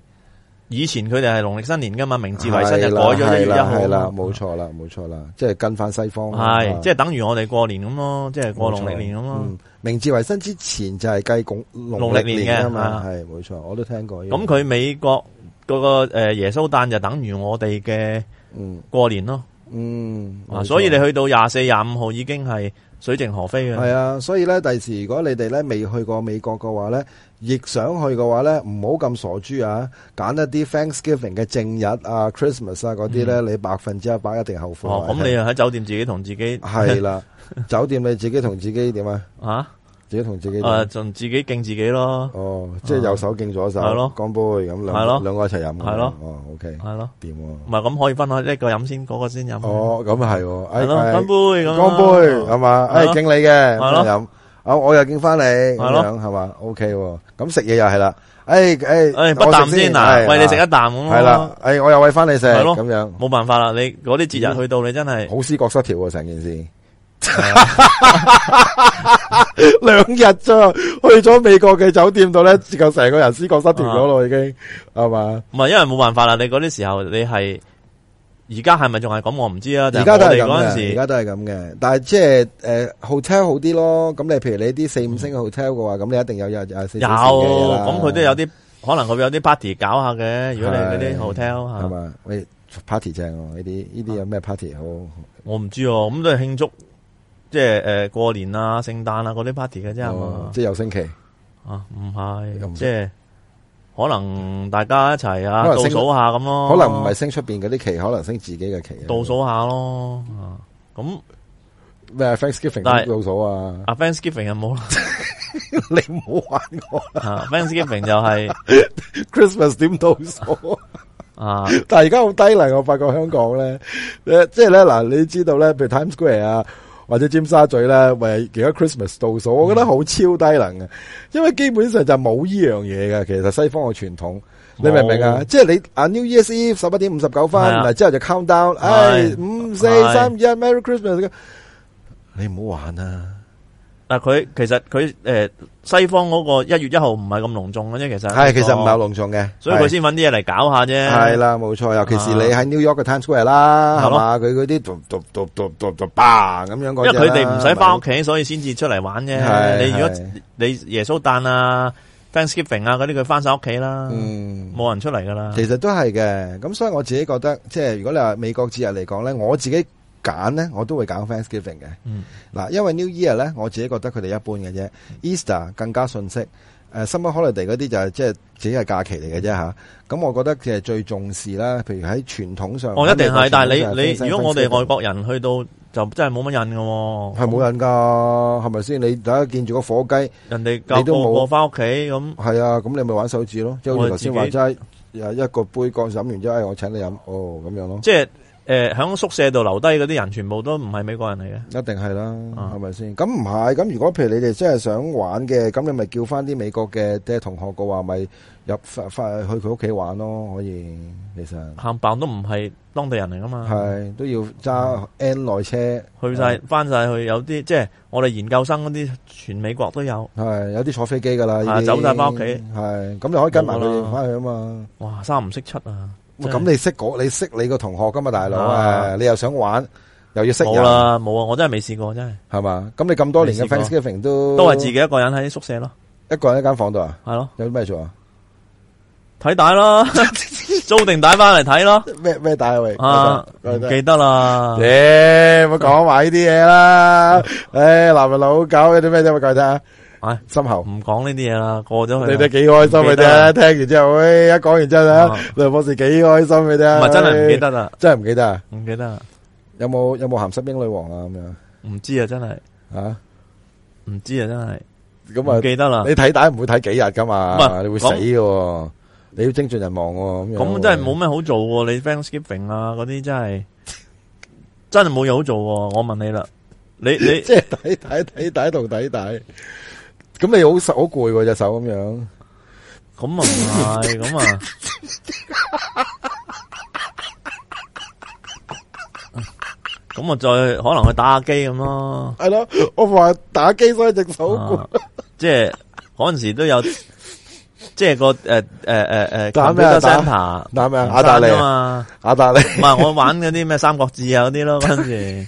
Speaker 3: 以前佢哋係農曆新年噶嘛，明治維新
Speaker 2: 係
Speaker 3: 就改
Speaker 2: 啦
Speaker 3: 咗一月
Speaker 2: 係
Speaker 3: 一
Speaker 2: 啦
Speaker 3: 號啊嘛。
Speaker 2: 係啦，冇錯嗯啦，冇錯啦，即係跟翻西方啦，
Speaker 3: 係即係等於我哋過年咁咯，即係過農曆年咁
Speaker 2: 咯。
Speaker 3: 咯。
Speaker 2: 嗯明治維新之前就係計拱農
Speaker 3: 農曆
Speaker 2: 曆
Speaker 3: 年嘅
Speaker 2: 年啊嘛，
Speaker 3: 啊
Speaker 2: 係冇錯，我都聽過呢樣。
Speaker 3: 咁佢美國嗰個诶耶穌誕就等於我哋嘅
Speaker 2: 嗯
Speaker 3: 過年咯。
Speaker 2: 嗯，
Speaker 3: 啊，
Speaker 2: 冇錯
Speaker 3: 所以你去到廿四廿五號已經係水靜河飛嘅。
Speaker 2: 係啊，所以咧，第時如果你哋咧未去過美國嘅話咧，亦想去嘅話咧，唔好咁傻豬啊！揀一啲 Thanksgiving 嘅正日啊、Christmas 啊嗰啲咧，你百分之一百一定後悔。
Speaker 3: 嗯
Speaker 2: 啊
Speaker 3: 哦，咁你啊又喺酒店自己同自己
Speaker 2: 係啦，酒店你自己同自己點啊？
Speaker 3: 啊
Speaker 2: 自己同自己點啊
Speaker 3: 诶，同自己敬自己咯，
Speaker 2: 哦，即係右手敬左手，
Speaker 3: 係咯
Speaker 2: 乾杯咁
Speaker 3: 係咯
Speaker 2: 兩兩個一齊飲，
Speaker 3: 係咯
Speaker 2: 哦，OK，
Speaker 3: 係咯。
Speaker 2: 掂喎，
Speaker 3: 唔係咁可以分開，一個飲先，嗰個先飲。
Speaker 2: 哦，咁啊係喎，
Speaker 3: 嗯係
Speaker 2: 哎
Speaker 3: 咯，
Speaker 2: 哎
Speaker 3: 乾杯咁啊。
Speaker 2: 乾杯係嘛，
Speaker 3: 係咯
Speaker 2: 誒敬你嘅，
Speaker 3: 係咯
Speaker 2: 咁樣飲，啊我又敬翻你咁
Speaker 3: 係咯
Speaker 2: 樣係嘛，OK Dạ, 喎，咁食嘢又係啦，誒誒，
Speaker 3: 诶，不
Speaker 2: 我
Speaker 3: 啖
Speaker 2: 食
Speaker 3: 先嗱，
Speaker 2: 係
Speaker 3: 喂你食一啖咁
Speaker 2: 係
Speaker 3: 咯
Speaker 2: 啦，。誒我又喂翻你食
Speaker 3: 係咯
Speaker 2: 咁樣，
Speaker 3: 冇辦法啦，你嗰啲
Speaker 2: 嗯
Speaker 3: 節日去到你真係
Speaker 2: 好思覺失調喎成件事。兩日啫，去咗美國嘅酒店度咧，就成個人思覺失調咗咯，已經係嘛？
Speaker 3: 唔係因為冇辦法啦，你嗰啲時候你係而家係咪仲係咁我唔知啊。
Speaker 2: 而家都
Speaker 3: 係
Speaker 2: 係咁
Speaker 3: 我哋嗰
Speaker 2: 嘅，
Speaker 3: 陣
Speaker 2: 而
Speaker 3: 時
Speaker 2: 家都係咁嘅。但係即係诶，hotel 好啲咯。咁你譬如你啲四五星嘅 hotel 嘅話，咁你一定有有有四
Speaker 3: 嗯有，咁佢都有啲可能佢有啲 party 搞下嘅。如果你呢啲
Speaker 2: 係
Speaker 3: hotel
Speaker 2: 系
Speaker 3: 嚇，
Speaker 2: 嘛？喂，party 正喎，呢啲呢啲
Speaker 3: 啊
Speaker 2: 有咩 party 好？
Speaker 3: 我唔知哦，咁都係慶祝。即係诶過年啊、聖誕啊嗰啲 party 嘅啫係
Speaker 2: 哦
Speaker 3: 嘛
Speaker 2: 即係有星期，
Speaker 3: 啊，唔
Speaker 2: 咁
Speaker 3: 係即係可能大家一齊啊
Speaker 2: 可能
Speaker 3: 倒數
Speaker 2: 聖
Speaker 3: 下咁咯，
Speaker 2: 可能唔係升出边嗰啲期，可能升自己嘅期。
Speaker 3: 哦倒數下咯。啊咁
Speaker 2: 咩啊 Thanksgiving
Speaker 3: 但係
Speaker 2: 倒數啊？
Speaker 3: 啊 f a n s g i v i n g 就冇 啦
Speaker 2: 你唔好玩我
Speaker 3: 啊 f a n s g i v i n g 就係
Speaker 2: ，Christmas 點倒數啊？
Speaker 3: 啊。
Speaker 2: 但系而家好低能，我發覺香港咧，诶，即係咧嗱，你知道咧，譬如 Times Square 啊，或者尖沙咀咧，咪而家 Christmas 倒數，我覺
Speaker 3: 嗯
Speaker 2: 得好超低能嘅，因為基本上就冇呢樣嘢嘅，其實西方嘅傳統，你明唔明啊
Speaker 3: 冇？
Speaker 2: 即係你啊 New Year's Eve 十一點五十九分，
Speaker 3: 係啊
Speaker 2: 嗱之後就 count down，唉，五四
Speaker 3: 係
Speaker 2: 三二一，Merry Christmas，你唔好玩啊！
Speaker 3: 嗱，佢其實佢诶、西方嗰個一月一號唔係咁隆重嘅啫，其實
Speaker 2: 係，其實唔係好隆重嘅，
Speaker 3: 哦所以佢先揾啲嘢嚟搞下啫。
Speaker 2: 系啦，冇錯，尤其是
Speaker 3: 啊
Speaker 2: 你喺 New York 嘅 Times Square 啦，
Speaker 3: 係
Speaker 2: 係
Speaker 3: 咯
Speaker 2: 嘛？佢嗰啲嘟嘟嘟嘟嘟嘟 bang 咁樣
Speaker 3: 因
Speaker 2: 嗰
Speaker 3: 為
Speaker 2: 只啦
Speaker 3: 佢哋唔使翻屋
Speaker 2: 係
Speaker 3: 企，所以先至出嚟玩啫。
Speaker 2: 係
Speaker 3: 你如果
Speaker 2: 係
Speaker 3: 你耶穌誕啊、Thanksgiving 啊嗰啲，佢翻晒屋企啦
Speaker 2: 咪，嗯，
Speaker 3: 冇、人出嚟噶啦。
Speaker 2: 其實都係嘅。咁所以我自己覺得，即係如果你話美國節日嚟講咧，我自己揀咧，我都會揀 Thanksgiving 嘅。
Speaker 3: 嗯，
Speaker 2: 嗱，因為 New Year 咧，我自己覺得佢哋一般嘅啫，Easter 更加遜色。誒 summer holiday 嗰啲就係即係只係假期嚟嘅啫嚇，咁我覺得其實最重視啦，譬如喺傳統上，
Speaker 3: 哦我一
Speaker 2: 喺
Speaker 3: 定
Speaker 2: 美國
Speaker 3: 係，
Speaker 2: 傳統
Speaker 3: 但係
Speaker 2: 上
Speaker 3: 你你
Speaker 2: Thanksgiving
Speaker 3: 如果我哋外國人去到就真係冇乜印嘅喎，
Speaker 2: 系冇人噶，系咪先？你大家見住個火雞，
Speaker 3: 人哋
Speaker 2: 你
Speaker 3: 個
Speaker 2: 都冇
Speaker 3: 個個翻屋企咁，
Speaker 2: 係啊，咁你咪玩手指咯，即係好似
Speaker 3: 我
Speaker 2: 頭
Speaker 3: 係自己
Speaker 2: 先話齋，誒一個杯葛飲完之後，哎我請你飲，哦咁樣咯。
Speaker 3: 即係诶响宿舍度留低嗰啲人，全部都唔係美國人嚟嘅。
Speaker 2: 一定系啦，
Speaker 3: 啊
Speaker 2: 系咪先？咁唔系，咁如果譬如你哋真系想玩嘅，咁你咪叫翻啲美國嘅爹同學嘅話，咪入翻去佢屋企玩咯，可以。其實
Speaker 3: 冚棒都唔係當地人嚟噶嘛，
Speaker 2: 係都要揸 N 內車，
Speaker 3: 去晒翻晒去，有啲即係我哋研究生嗰啲，全美國都有。
Speaker 2: 係有啲坐飛機噶啦，已經
Speaker 3: 啊走晒返屋企
Speaker 2: 係咁你可以跟埋佢哋翻去啊嘛。
Speaker 3: 哇，三唔識七啊！
Speaker 2: 喂
Speaker 3: 真係
Speaker 2: 咁你識嗰你識你個同學噶嘛，大佬
Speaker 3: 啊
Speaker 2: 啊，你又想玩，又要識
Speaker 3: 冇
Speaker 2: 人，
Speaker 3: 啦，冇啊！我真係未試過，真係
Speaker 2: 係嘛？咁你咁多年嘅
Speaker 3: 未試過
Speaker 2: Thanksgiving 都
Speaker 3: 都係自己一個人喺宿舍咯，
Speaker 2: 一個人一間房度啊，
Speaker 3: 係咯，
Speaker 2: 有啲咩做啊？
Speaker 3: 睇帶啦， 租定帶翻嚟睇咯。
Speaker 2: 咩咩帶啊喂？
Speaker 3: 啊，
Speaker 2: 咩帶
Speaker 3: 唔記得啦，
Speaker 2: 屌，咪讲埋呢啲 嘢啦！诶，男人老狗有啲咩啫？咪講睇下，
Speaker 3: 唉
Speaker 2: 心喉，
Speaker 3: 唔講呢啲嘢啦，過咗
Speaker 2: 你
Speaker 3: 去啦。
Speaker 2: 哋幾開心嘅
Speaker 3: 記
Speaker 2: 啫！
Speaker 3: 得
Speaker 2: 聽完之後，喂，一講完之後
Speaker 3: 啊
Speaker 2: 咧，梁博士幾開心嘅
Speaker 3: 唔
Speaker 2: 啫！
Speaker 3: 係真係唔記，得啦，
Speaker 2: 真係唔記得啊！
Speaker 3: 唔記得啦，
Speaker 2: 有冇有冇鹹濕英女王啊？咁樣
Speaker 3: 唔知啊，真係
Speaker 2: 啊？
Speaker 3: 唔知啊，真係
Speaker 2: 咁
Speaker 3: 唔
Speaker 2: 啊，
Speaker 3: 記得啦。
Speaker 2: 你睇帶唔會睇幾日噶
Speaker 3: 唔係
Speaker 2: 嘛？你會死嘅喎，你要精盡人亡喎。咁樣
Speaker 3: 咁真係冇咩好做喎，你 Thanksgiving 啊嗰啲真係真係冇嘢好做喎。我問你啦，你你
Speaker 2: 即係睇睇睇睇同睇睇。咁你好手好攰喎隻手咁樣。
Speaker 3: 咁啊唔係咁啊。咁啊，再可能去打下機咁咯，
Speaker 2: 係咯，我話打機所以隻手好攰。
Speaker 3: 啊即係嗰阵时都有，即係個诶诶诶诶
Speaker 2: 打咩
Speaker 3: computer
Speaker 2: 啊打
Speaker 3: centre
Speaker 2: 打咩啊？阿達利啊
Speaker 3: 嘛。
Speaker 2: 阿达你
Speaker 3: 唔係我玩嗰啲咩三國志啊嗰啲咯，嗰阵时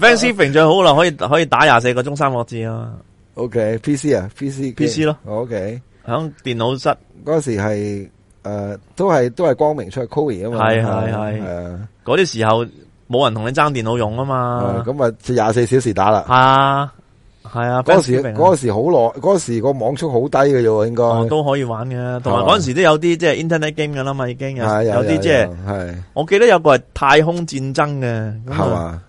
Speaker 3: Thanksgiving 最好啦，可以可以打廿四個鐘三國志啊，
Speaker 2: O K P C 啊 P C
Speaker 3: PC 咯
Speaker 2: ，O K
Speaker 3: 響電腦室
Speaker 2: 嗰時係诶都係都係光明出去 c o i 啊嘛，
Speaker 3: 係係係
Speaker 2: 係啊
Speaker 3: 嗰啲時候冇人同你爭電腦用啊嘛
Speaker 2: 係，咁啊就廿四小時打啦。
Speaker 3: 係啊係啊，
Speaker 2: 嗰時
Speaker 3: Thanksgiving 啊
Speaker 2: 嗰時好耐，嗰時個網速好低嘅啫喎，應該
Speaker 3: 哦都可以玩嘅，同埋
Speaker 2: 係嘛
Speaker 3: 嗰阵时都有啲即係 internet game 噶啦嘛，已經有
Speaker 2: 係
Speaker 3: 有啲即係
Speaker 2: 係
Speaker 3: 我記得有個係太空戰爭嘅，咁
Speaker 2: 係
Speaker 3: 啊
Speaker 2: 嘛？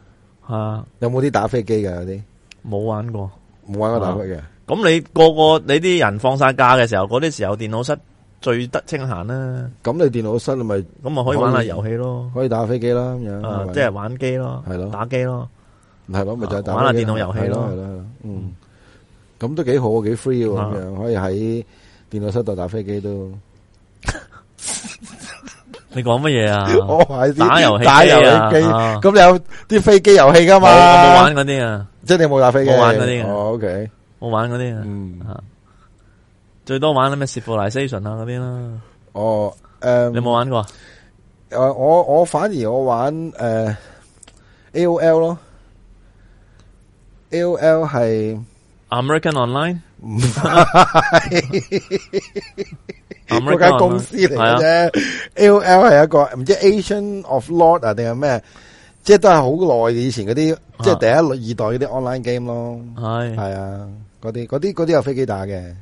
Speaker 3: 係啊
Speaker 2: 有冇啲打飛機嘅有啲？
Speaker 3: 冇玩過。
Speaker 2: 冇玩過打飛機嘅，
Speaker 3: 咁你個個你啲人放晒假嘅時候，嗰啲時候電腦室最得清閒啦，
Speaker 2: 咁你電腦室咪
Speaker 3: 咁咪可以玩下
Speaker 2: 可以
Speaker 3: 遊戲咯。
Speaker 2: 可以打飛機啦咁
Speaker 3: 啊
Speaker 2: 樣，
Speaker 3: 即系玩機咯，
Speaker 2: 係咯
Speaker 3: 打機咯，
Speaker 2: 係咯，咪就係打
Speaker 3: 玩下
Speaker 2: 飛機
Speaker 3: 電腦遊戲
Speaker 2: 係
Speaker 3: 咯
Speaker 2: 咯係咯，係咯嗯，咁都幾好啊，幾 free 喎咁樣，可以喺電腦室度打飛機都。
Speaker 3: 你講乜嘢啊？
Speaker 2: 我話啲
Speaker 3: 打遊戲
Speaker 2: 打遊
Speaker 3: 啊
Speaker 2: 戲機，
Speaker 3: 啊
Speaker 2: 咁你有啲飛機遊戲噶
Speaker 3: 我我
Speaker 2: 嘛？
Speaker 3: 冇玩嗰啲啊，
Speaker 2: 即係你冇打飛機，
Speaker 3: 冇玩嗰啲嘅
Speaker 2: 哦，OK，
Speaker 3: 冇玩嗰啲啊
Speaker 2: 嗯，
Speaker 3: 啊，最多玩咩 Civilization 啊嗰啲啦，
Speaker 2: 哦，誒，
Speaker 3: 你有冇玩過啊？
Speaker 2: 誒我我反而我玩誒 AOL 咯，AOL 係
Speaker 3: American Online
Speaker 2: 唔係嗰間公司嚟嘅啫？AOL 係一個唔知 Asian of Lord 啊定係咩？即係都係好耐以前嗰啲，即係第一二代嗰啲 online game 咯。
Speaker 3: 系
Speaker 2: 系，啊，嗰啲嗰啲嗰啲有飛機打嘅，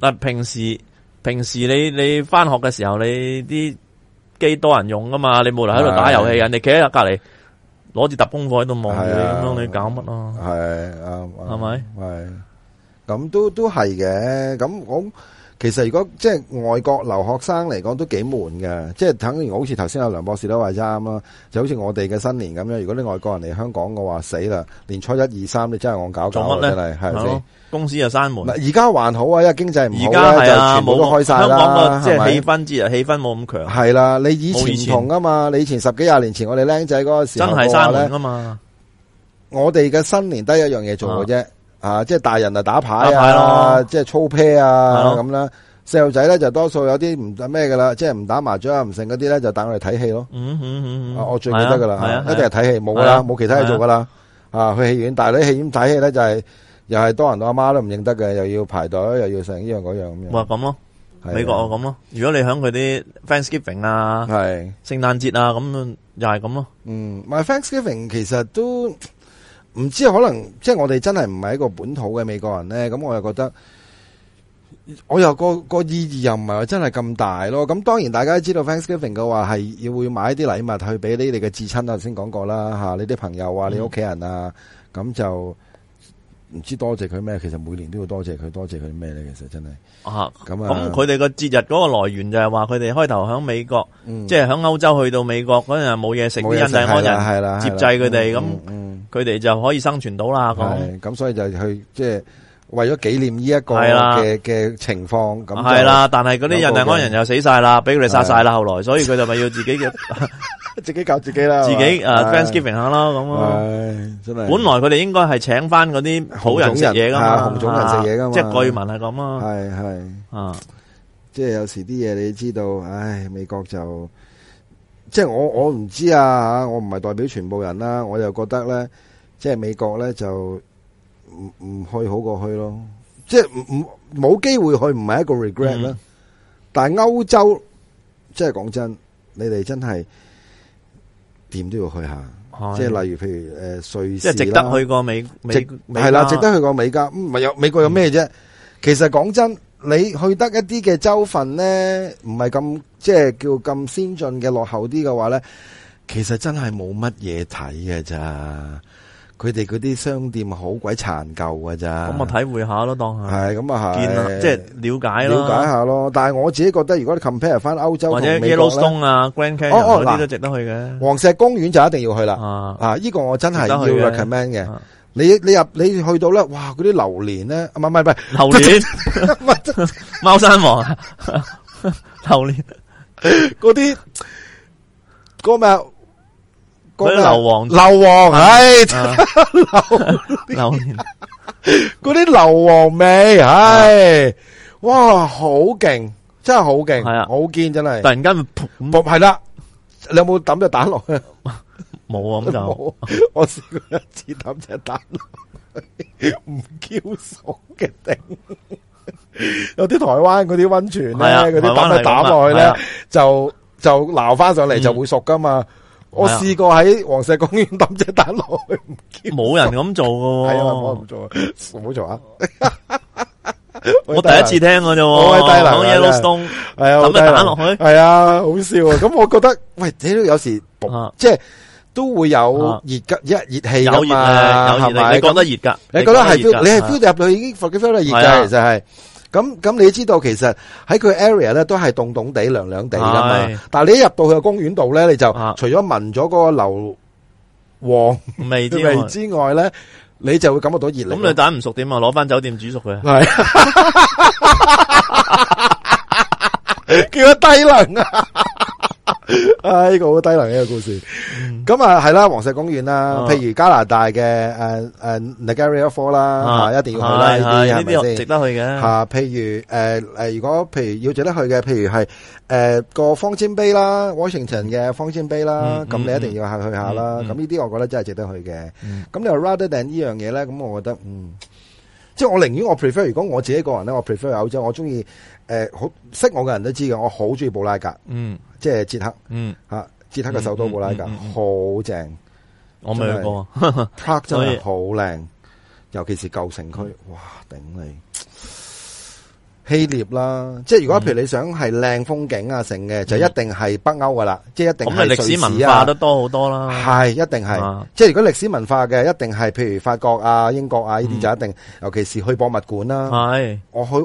Speaker 3: 但平時平時你你翻學嘅時候，你啲機多人用噶嘛，你冇理由喺度打遊戲，
Speaker 2: 係
Speaker 3: 人哋企喺隔離攞住沓功課喺度望住
Speaker 2: 係
Speaker 3: 你
Speaker 2: 啊
Speaker 3: 咁樣，你搞乜啊？
Speaker 2: 係啊，啱
Speaker 3: 係咪？
Speaker 2: 係咁都都係嘅。咁我其實如果即係外國留學生嚟講都幾悶嘅，即係等於好似頭先阿梁博士都話啱啦，就好似我哋嘅新年咁樣。如果你外國人嚟香港嘅話，死啦！年初一二三你真係戇搞
Speaker 3: 做
Speaker 2: 搞
Speaker 3: 乜
Speaker 2: 啊
Speaker 3: 咧
Speaker 2: 真係係咪
Speaker 3: 係咯
Speaker 2: 先？
Speaker 3: 公司就閂門
Speaker 2: 嗱，。而家還好啊，因為經濟唔
Speaker 3: 而
Speaker 2: 好
Speaker 3: 家
Speaker 2: 咧，
Speaker 3: 係
Speaker 2: 就
Speaker 3: 啊，
Speaker 2: 全部
Speaker 3: 冇
Speaker 2: 都開晒
Speaker 3: 香港
Speaker 2: 啦，
Speaker 3: 個即
Speaker 2: 係
Speaker 3: 係
Speaker 2: 咪
Speaker 3: 氣？氛節日氣氛冇咁強，
Speaker 2: 係啦，你以
Speaker 3: 冇
Speaker 2: 前
Speaker 3: 以
Speaker 2: 唔
Speaker 3: 前
Speaker 2: 同啊嘛，你以前十幾廿年前我哋僆仔嗰個時
Speaker 3: 真
Speaker 2: 候
Speaker 3: 係
Speaker 2: 嘅話
Speaker 3: 閂
Speaker 2: 咧
Speaker 3: 門。噶嘛，
Speaker 2: 我哋嘅新年得一樣嘢做嘅啫，啊，即係大人啊打牌
Speaker 3: 打牌
Speaker 2: 啊
Speaker 3: 咯，
Speaker 2: 即係操啤啊
Speaker 3: 係咯
Speaker 2: 咁啦。細路仔咧就多數有啲唔咩噶啦，即係唔打麻雀啊，唔剩嗰啲咧就帶我哋睇戲咯。
Speaker 3: 嗯嗯嗯，
Speaker 2: 啊，我最記得噶
Speaker 3: 係
Speaker 2: 啦
Speaker 3: 啊，，
Speaker 2: 一定係睇戲，冇噶
Speaker 3: 係啊
Speaker 2: 啦，冇其他嘢做噶啦。啊，去戲院，但係你戲院睇戲咧就係又係多人到阿媽都唔認得嘅，又要排隊，又要成呢樣嗰樣咁
Speaker 3: 咪
Speaker 2: 樣。
Speaker 3: 咁咯，
Speaker 2: 係啊
Speaker 3: 美國我咁咯。如果你響佢啲 Thanksgiving 啊、
Speaker 2: 係。
Speaker 3: 聖誕節啊咁，又係咁咯。
Speaker 2: 嗯，my Thanksgiving 其實都唔知，可能即係我哋真係唔係一個本土嘅美國人咧，咁我又覺得。我又個個意義又唔係話真係咁大咯，咁當然大家都知道 Thanksgiving 嘅話係要會買啲禮物去俾
Speaker 3: 嗯
Speaker 2: 你哋嘅至親啊，頭先講過啦嚇，你啲朋友啊，你屋企人啊，咁就唔知多謝佢咩？其實每年都要多謝佢，多謝佢咩咧？其實真係
Speaker 3: 啊，
Speaker 2: 咁啊
Speaker 3: 咁佢哋個節日嗰個來源就係話佢哋開頭喺美國，
Speaker 2: 嗯
Speaker 3: 即係喺歐洲去到美國嗰陣冇嘢食，啲
Speaker 2: 冇嘢
Speaker 3: 印
Speaker 2: 食
Speaker 3: 第安
Speaker 2: 係
Speaker 3: 人
Speaker 2: 啦係啦，
Speaker 3: 接
Speaker 2: 係啦
Speaker 3: 濟佢哋咁
Speaker 2: 嗯嗯
Speaker 3: 佢哋就可以生存到啦。
Speaker 2: 嗯
Speaker 3: 咁
Speaker 2: 係咁，所以就去即係為咗紀念呢一個
Speaker 3: 係啦
Speaker 2: 嘅嘅情況咁就
Speaker 3: 啊係啦，但係嗰啲印第安人又死晒啦，俾佢哋殺晒啦。後來，所以佢就咪要 自己嘅
Speaker 2: 自己搞自己啦，
Speaker 3: 自己
Speaker 2: 係
Speaker 3: 诶
Speaker 2: 嘛
Speaker 3: Thanksgiving 下啦咁啊。
Speaker 2: 唉，真係
Speaker 3: 本來佢哋應該係請翻嗰啲好人食嘢噶嘛，啊
Speaker 2: 紅種人係紅種人食嘢㗎嘛
Speaker 3: 即係據聞係咁啊。
Speaker 2: 係係。
Speaker 3: 啊，
Speaker 2: 即係有時啲嘢你知道，唉，美國就即係我我唔知啊我唔係代表全部人啦，我又覺得咧，即係美國咧就唔唔去好過去咯，即係唔唔冇機會去，唔係一個 regret 啦。
Speaker 3: 嗯
Speaker 2: 但係歐洲，即係講真，你哋真係點都要去下，即係例如譬如诶、呃瑞
Speaker 3: 即
Speaker 2: 士
Speaker 3: 係值
Speaker 2: 啦
Speaker 3: 得去過美美
Speaker 2: 值
Speaker 3: 美
Speaker 2: 系啦，
Speaker 3: 加啊嗯
Speaker 2: 值得去過美加。唔系有美國有咩啫？其實講真，你去得一啲嘅州份咧，唔係咁即係叫咁先進嘅落後啲嘅話咧，其實真係冇乜嘢睇嘅咋。佢哋嗰啲商店好鬼殘舊噶咋。
Speaker 3: 咁我體會下咯，當係
Speaker 2: 係咁啊係，
Speaker 3: 見啦，即係了解
Speaker 2: 了解
Speaker 3: 啦，
Speaker 2: 下咯。但係我自己覺得，如果你 compare 翻歐洲
Speaker 3: 或
Speaker 2: 同
Speaker 3: 者
Speaker 2: 美國咧，
Speaker 3: Yellowstone 啊、Grand Canyon
Speaker 2: 哦哦
Speaker 3: 嗰
Speaker 2: 嗱
Speaker 3: 啲都值得去嘅。
Speaker 2: 黃石公園就一定要去啦。
Speaker 3: 啊，
Speaker 2: 啊，呢個我真係
Speaker 3: 值
Speaker 2: 要
Speaker 3: 得去嘅
Speaker 2: recommend 嘅
Speaker 3: 啊。
Speaker 2: 你你入你去到咧，哇！嗰啲榴蓮咧，唔係唔係唔係。
Speaker 3: 榴莲、 貓山王啊、榴莲、
Speaker 2: 嗰啲嗰個咩啊？嗰個咩啊
Speaker 3: 嗰啲硫磺
Speaker 2: 硫磺，唉，
Speaker 3: 啊榴莲，
Speaker 2: 嗰啲硫磺味，唉，哇，好勁，真係好勁，
Speaker 3: 係啊
Speaker 2: 好堅真
Speaker 3: 突
Speaker 2: 係，
Speaker 3: 然間咪噗咁
Speaker 2: 冇係啦。你有冇抌隻蛋落去？
Speaker 3: 冇啊咁就。
Speaker 2: 冇，我試過一次抌隻蛋落去，唔叫熟嘅頂。有啲台灣嗰啲温泉咧，
Speaker 3: 係啊
Speaker 2: 嗰啲
Speaker 3: 台
Speaker 2: 抌
Speaker 3: 灣係
Speaker 2: 一
Speaker 3: 咁啊
Speaker 2: 抌落去
Speaker 3: 係
Speaker 2: 咧
Speaker 3: 啊，
Speaker 2: 就就撈翻上嚟
Speaker 3: 嗯
Speaker 2: 就會熟噶嘛。我
Speaker 3: 係啊
Speaker 2: 試過喺黃石公園抌隻蛋落去，唔叫
Speaker 3: 冇人咁做噶
Speaker 2: 係啊，我
Speaker 3: 喎
Speaker 2: 唔。做，唔好做啊！
Speaker 3: 我第一次聽嘅啫喎，
Speaker 2: 好鬼低能啊
Speaker 3: 講
Speaker 2: 真係
Speaker 3: Yellowstone
Speaker 2: 系啊，
Speaker 3: 抌隻蛋落去
Speaker 2: 系啊，好笑啊！咁我覺得，喂，你都有時
Speaker 3: 啊
Speaker 2: 即係都會有
Speaker 3: 啊
Speaker 2: 熱吉一熱氣
Speaker 3: 有
Speaker 2: 噶
Speaker 3: 熱
Speaker 2: 嘛，
Speaker 3: 啊，
Speaker 2: 係
Speaker 3: 有熱啊，
Speaker 2: 咪？
Speaker 3: 你覺得熱㗎？
Speaker 2: 你覺得係 feel，
Speaker 3: 㗎
Speaker 2: 你係
Speaker 3: 啊
Speaker 2: feel 到入去已經伏嘅 feel 到熱
Speaker 3: 係啊
Speaker 2: 嘅，其實係。咁咁你知道其實喺佢 area 咧都係凍凍地、涼涼地噶嘛
Speaker 3: 係。
Speaker 2: 但係你一入到佢個公園度咧，你就
Speaker 3: 啊
Speaker 2: 除咗聞咗嗰個硫磺
Speaker 3: 味之
Speaker 2: 味
Speaker 3: 外，
Speaker 2: 之外咧，你就會感覺到熱力咯。
Speaker 3: 咁你蛋唔熟點啊？攞翻酒店煮熟佢。
Speaker 2: 系， 叫咗低能啊！ 啊，呢个好低能嘅一個故事。咁啊，系啦，黃石公園啦，
Speaker 3: 啊
Speaker 2: 譬如加拿大嘅诶诶 Niagara Falls
Speaker 3: Ờ.
Speaker 2: 啦，嚇一定要去啦，
Speaker 3: 係係
Speaker 2: 啊呢啲
Speaker 3: 呢
Speaker 2: 係咪
Speaker 3: 啲值
Speaker 2: 先？
Speaker 3: 得去嘅。
Speaker 2: 吓，啊譬如诶诶，如果譬如要值得去嘅，譬如係诶個方尖碑啦，Washington 嘅方尖碑啦
Speaker 3: 嗯，
Speaker 2: 咁你
Speaker 3: 嗯
Speaker 2: 一定要去去下啦。
Speaker 3: 嗯嗯
Speaker 2: 咁呢啲我覺得真係值得去嘅。
Speaker 3: 嗯
Speaker 2: 咁你話 rather than 呢樣嘢咧，咁我覺得嗯，即係我寧願我 prefer，如果我自己個人咧，我 prefer 歐洲，我中意誒好識我嘅人都知嘅，我好中意布拉格，
Speaker 3: 嗯
Speaker 2: 即係捷克
Speaker 3: 嗯，
Speaker 2: 嚇，捷克嘅首都布拉格
Speaker 3: 嗯嗯嗯嗯
Speaker 2: 好正
Speaker 3: 我未去過。
Speaker 2: ，Prague 真
Speaker 3: 所以
Speaker 2: 係好靚，尤其是舊城區，哇頂你！希臘啦，即係如果譬如你想係靚風景啊，成嘅就一定係北歐噶啦，即係一定
Speaker 3: 嗯咁
Speaker 2: 係
Speaker 3: 你歷史
Speaker 2: 瑞士
Speaker 3: 文
Speaker 2: 啊
Speaker 3: 化都多好多啦。
Speaker 2: 系，一定系
Speaker 3: 啊，
Speaker 2: 即系如果歷史文化嘅，一定係譬如法國啊、英國啊呢啲
Speaker 3: 嗯啊
Speaker 2: 就一定，尤其是去博物館啦。
Speaker 3: 係
Speaker 2: 我去我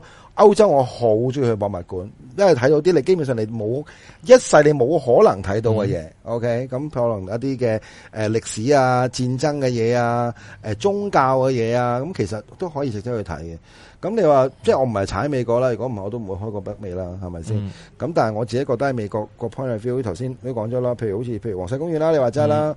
Speaker 2: 好歐洲，我好中意去博物館，因為睇到啲你基本上你冇一世你冇可能睇到嘅嘢。OK，咁可能一啲嘅诶历史啊、戰爭嘅嘢啊、诶宗教嘅嘢啊，咁其實都可以值得去睇嘅。咁你話即係我唔係踩美國啦，如果唔係我都唔會開過北美啦，係咪先？
Speaker 3: 嗯
Speaker 2: 咁但係我自己覺得喺美國個 point of view，頭先都講咗啦，譬如好似譬如黃石公園啦，你話齋啦，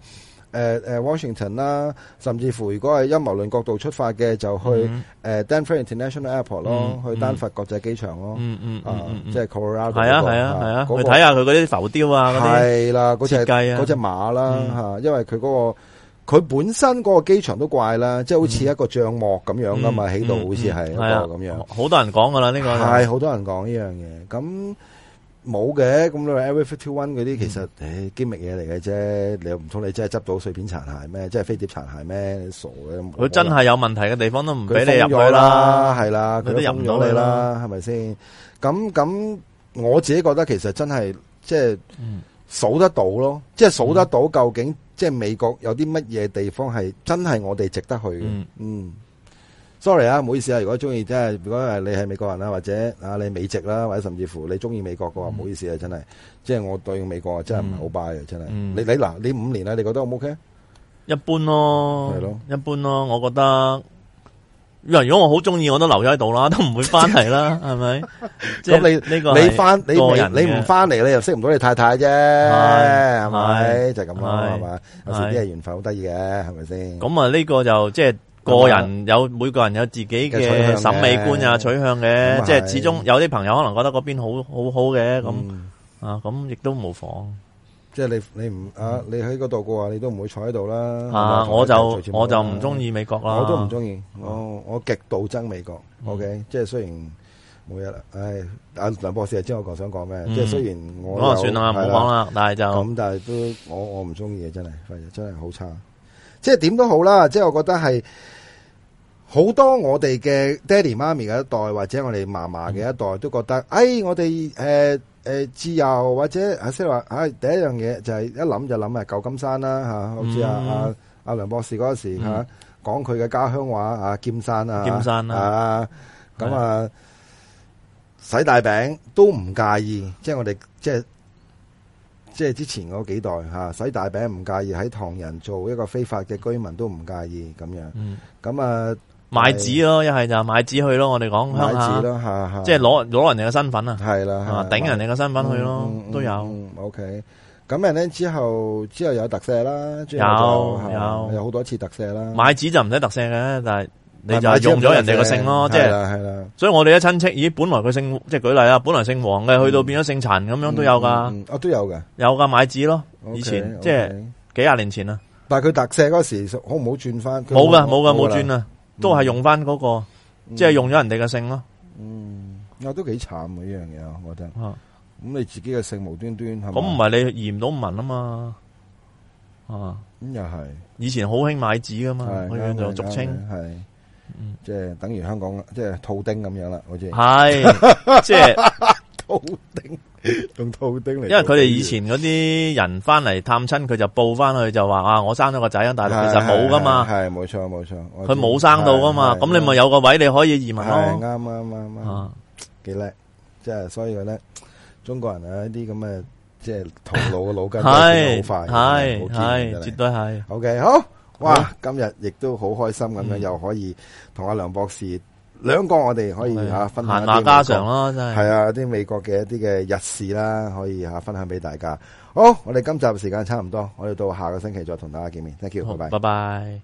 Speaker 2: 誒誒 Washington 啦，甚至乎如果係陰謀論角度出發嘅，就去誒
Speaker 3: 嗯
Speaker 2: 呃 Denver International Airport 咯
Speaker 3: 嗯，
Speaker 2: 去丹佛國際機場咯，
Speaker 3: 嗯嗯
Speaker 2: 啊
Speaker 3: 嗯，嗯，
Speaker 2: 即係 Colorado
Speaker 3: 係啊
Speaker 2: 嗰個
Speaker 3: 係啊係啊，
Speaker 2: 嗰個
Speaker 3: 去睇下佢嗰啲浮雕啊嗰啲。
Speaker 2: 係啦，嗰只
Speaker 3: 設計啊
Speaker 2: 嗰只馬啦
Speaker 3: 嗯
Speaker 2: 嚇，因為佢嗰個。佢本身嗰個機場都怪啦，即係好似一個帳幕咁樣噶嘛，
Speaker 3: 嗯
Speaker 2: 起到好似係一
Speaker 3: 嗯
Speaker 2: 個
Speaker 3: 係啊
Speaker 2: 咁樣。
Speaker 3: 好多人講噶啦呢個。
Speaker 2: 係好多人講呢樣嘢，咁冇嘅，咁你話 Area Fifty One 嗰
Speaker 3: 嗯
Speaker 2: 啲其實誒機密嘢嚟嘅啫，你又唔通你真係執到碎片殘骸咩？即係飛碟殘骸咩？你傻嘅，冇可能
Speaker 3: 佢真係有問題嘅地方都唔
Speaker 2: 佢
Speaker 3: 俾你入
Speaker 2: 封咗
Speaker 3: 去啦。
Speaker 2: 啦，係啦，佢
Speaker 3: 你都入唔
Speaker 2: 封
Speaker 3: 到
Speaker 2: 咗你
Speaker 3: 去啦
Speaker 2: 啦，係咪先？咁咁我自己覺得其實真係即係
Speaker 3: 嗯
Speaker 2: 數得到咯，即係數得到究竟即係美國有啲乜嘢地方係真係我哋值得去嘅，
Speaker 3: 嗯
Speaker 2: 嗯， sorry 啊，唔好意思啊，如果中意即係如果係你係美國人啦，或者啊你美籍啦，或者甚至乎你中意美國嘅話，唔好意思啊，真係，即係我對美國啊真係唔係好 buy 嘅，真係。
Speaker 3: 嗯
Speaker 2: 你你嗱，你五年啦，你覺得 O 唔 OK？
Speaker 3: 一般咯，
Speaker 2: 係咯
Speaker 3: 一般咯，我覺得。如果我好中意，我都留咗喺度啦，都唔會翻嚟啦，係咪？即係
Speaker 2: 咁
Speaker 3: 呢個係
Speaker 2: 你翻你
Speaker 3: 個
Speaker 2: 未
Speaker 3: 人嘅
Speaker 2: 你唔翻嚟，你又識唔到你太太啫，係咪？
Speaker 3: 係
Speaker 2: 就係咁啦，
Speaker 3: 係
Speaker 2: 係嘛？有時啲嘢緣分好得意嘅，係咪先？
Speaker 3: 咁啊，呢個就即係個人有每個人有自己
Speaker 2: 嘅取向
Speaker 3: 嘅
Speaker 2: 嘅
Speaker 3: 審美觀啊、取向
Speaker 2: 咁
Speaker 3: 嘅，
Speaker 2: 係
Speaker 3: 即係始終有啲朋友可能覺得嗰邊好好好嘅，咁
Speaker 2: 嗯
Speaker 3: 啊咁亦都無妨
Speaker 2: 即係你你唔啊，你喺嗰度嘅話，你都唔會坐喺度啦。
Speaker 3: 嗯啊！
Speaker 2: 係咪同
Speaker 3: 我就
Speaker 2: 你做節目啦
Speaker 3: 我就唔中意美國啦，
Speaker 2: 啊
Speaker 3: 嗯
Speaker 2: 我都唔中意，我我極度憎美國。OK，即係雖然冇嘢啦，唉，阿梁博士係知我講想講咩，
Speaker 3: 嗯
Speaker 2: 即係雖然我
Speaker 3: 咁啊
Speaker 2: 有
Speaker 3: 算啦，唔好
Speaker 2: 係
Speaker 3: 講啦，但係就
Speaker 2: 咁但係都我我唔中意嘅，真係，反正真係好差。即係點都好啦，即係我覺得係好多我哋嘅爹哋媽咪嘅一代，或者我哋嫲嫲嘅一代，都覺得，哎，我哋誒誒自由或者啊，即係話，唉，第一樣嘢就係一諗就諗係啊舊金山啦嚇，好似阿
Speaker 3: 嗯
Speaker 2: 阿阿梁博士嗰時
Speaker 3: 嗯
Speaker 2: 嚇講佢嘅家鄉話啊，劍山啊，
Speaker 3: 劍山啦
Speaker 2: 啊，咁啊。洗大餅都唔介意，即係我哋即係即係之前嗰幾代嚇、啊洗大餅唔介意，喺唐人做一個非法嘅居民都唔介意咁樣。
Speaker 3: 嗯
Speaker 2: 咁啊，
Speaker 3: 買紙咯，一係就買紙去咯，我哋講
Speaker 2: 買
Speaker 3: 鄉
Speaker 2: 字
Speaker 3: 下，
Speaker 2: 啦嚇嚇，
Speaker 3: 即係攞攞人哋嘅身份啊，
Speaker 2: 係啦，
Speaker 3: 啊
Speaker 2: 係
Speaker 3: 頂人哋嘅身份去咯
Speaker 2: 嗯嗯，
Speaker 3: 都有。
Speaker 2: 嗯 OK，咁人咧之後之後有特赦啦，之後
Speaker 3: 有
Speaker 2: 就
Speaker 3: 有
Speaker 2: 有好多次特赦啦。
Speaker 3: 買紙就唔使特赦嘅，但係你就
Speaker 2: 買
Speaker 3: 係
Speaker 2: 紙
Speaker 3: 用咗人哋個姓咯，即
Speaker 2: 係
Speaker 3: 係。
Speaker 2: 啦係啦，
Speaker 3: 所以我哋啲親戚，咦，本來佢姓即係舉例啦，本來姓黃嘅，去到變咗姓陳咁樣都有噶，
Speaker 2: 嗯嗯，嗯嗯哦都有㗎。
Speaker 3: 有噶買紙咯。以前
Speaker 2: OK，
Speaker 3: 即係
Speaker 2: OK
Speaker 3: 幾廿年前啦，啊
Speaker 2: 但係佢特赦嗰時，好唔好轉翻？佢
Speaker 3: 冇噶冇噶冇轉
Speaker 2: 啦，嗯
Speaker 3: 啦，都係用翻嗰個，即係用咗人哋嘅姓咯。
Speaker 2: 啊都幾慘嘅呢樣嘢，我覺得。
Speaker 3: 啊
Speaker 2: 咁你自己嘅性無端端係咪
Speaker 3: 咁唔係你移唔到民啊嘛，啊，
Speaker 2: 咁又係
Speaker 3: 以前好興買紙噶嘛，
Speaker 2: 係
Speaker 3: 咁樣就俗稱
Speaker 2: 係，即係等於香港即係套丁咁樣啦，好似
Speaker 3: 係， 即係
Speaker 2: 套丁 用套丁嚟做比喻，
Speaker 3: 因為佢哋以前嗰啲人翻嚟探親，佢就報翻去就話啊，我生咗個仔喺大
Speaker 2: 係
Speaker 3: 陸，其實冇噶嘛，
Speaker 2: 係係冇錯冇錯，我知
Speaker 3: 佢冇生到噶嘛，
Speaker 2: 係
Speaker 3: 咁你咪
Speaker 2: 係
Speaker 3: 有個位你可以移民
Speaker 2: 係啱
Speaker 3: 咯，
Speaker 2: 啱啱啱
Speaker 3: 啊。
Speaker 2: 幾叻，即係所以咧，中國人啊呢啲咁嘅即係頭腦嘅腦筋
Speaker 3: 系
Speaker 2: 都好快，
Speaker 3: 系
Speaker 2: 好堅
Speaker 3: 系，
Speaker 2: 真
Speaker 3: 绝
Speaker 2: 係
Speaker 3: 对系。
Speaker 2: OK，好，哇
Speaker 3: 好！
Speaker 2: 今日亦都好開心咁樣，
Speaker 3: 嗯
Speaker 2: 又可以同阿梁博士兩個我哋可以吓分享
Speaker 3: 閒
Speaker 2: 一
Speaker 3: 話
Speaker 2: 啲
Speaker 3: 家常啦，真
Speaker 2: 美國，
Speaker 3: 系。
Speaker 2: 係啊，啲美國嘅一啲嘅日事啦，可以啊吓分享俾大家。好，我哋今集時間差唔多，我哋到下個星期再同大家見面。Thank you，
Speaker 3: 好
Speaker 2: 拜拜。
Speaker 3: 拜拜。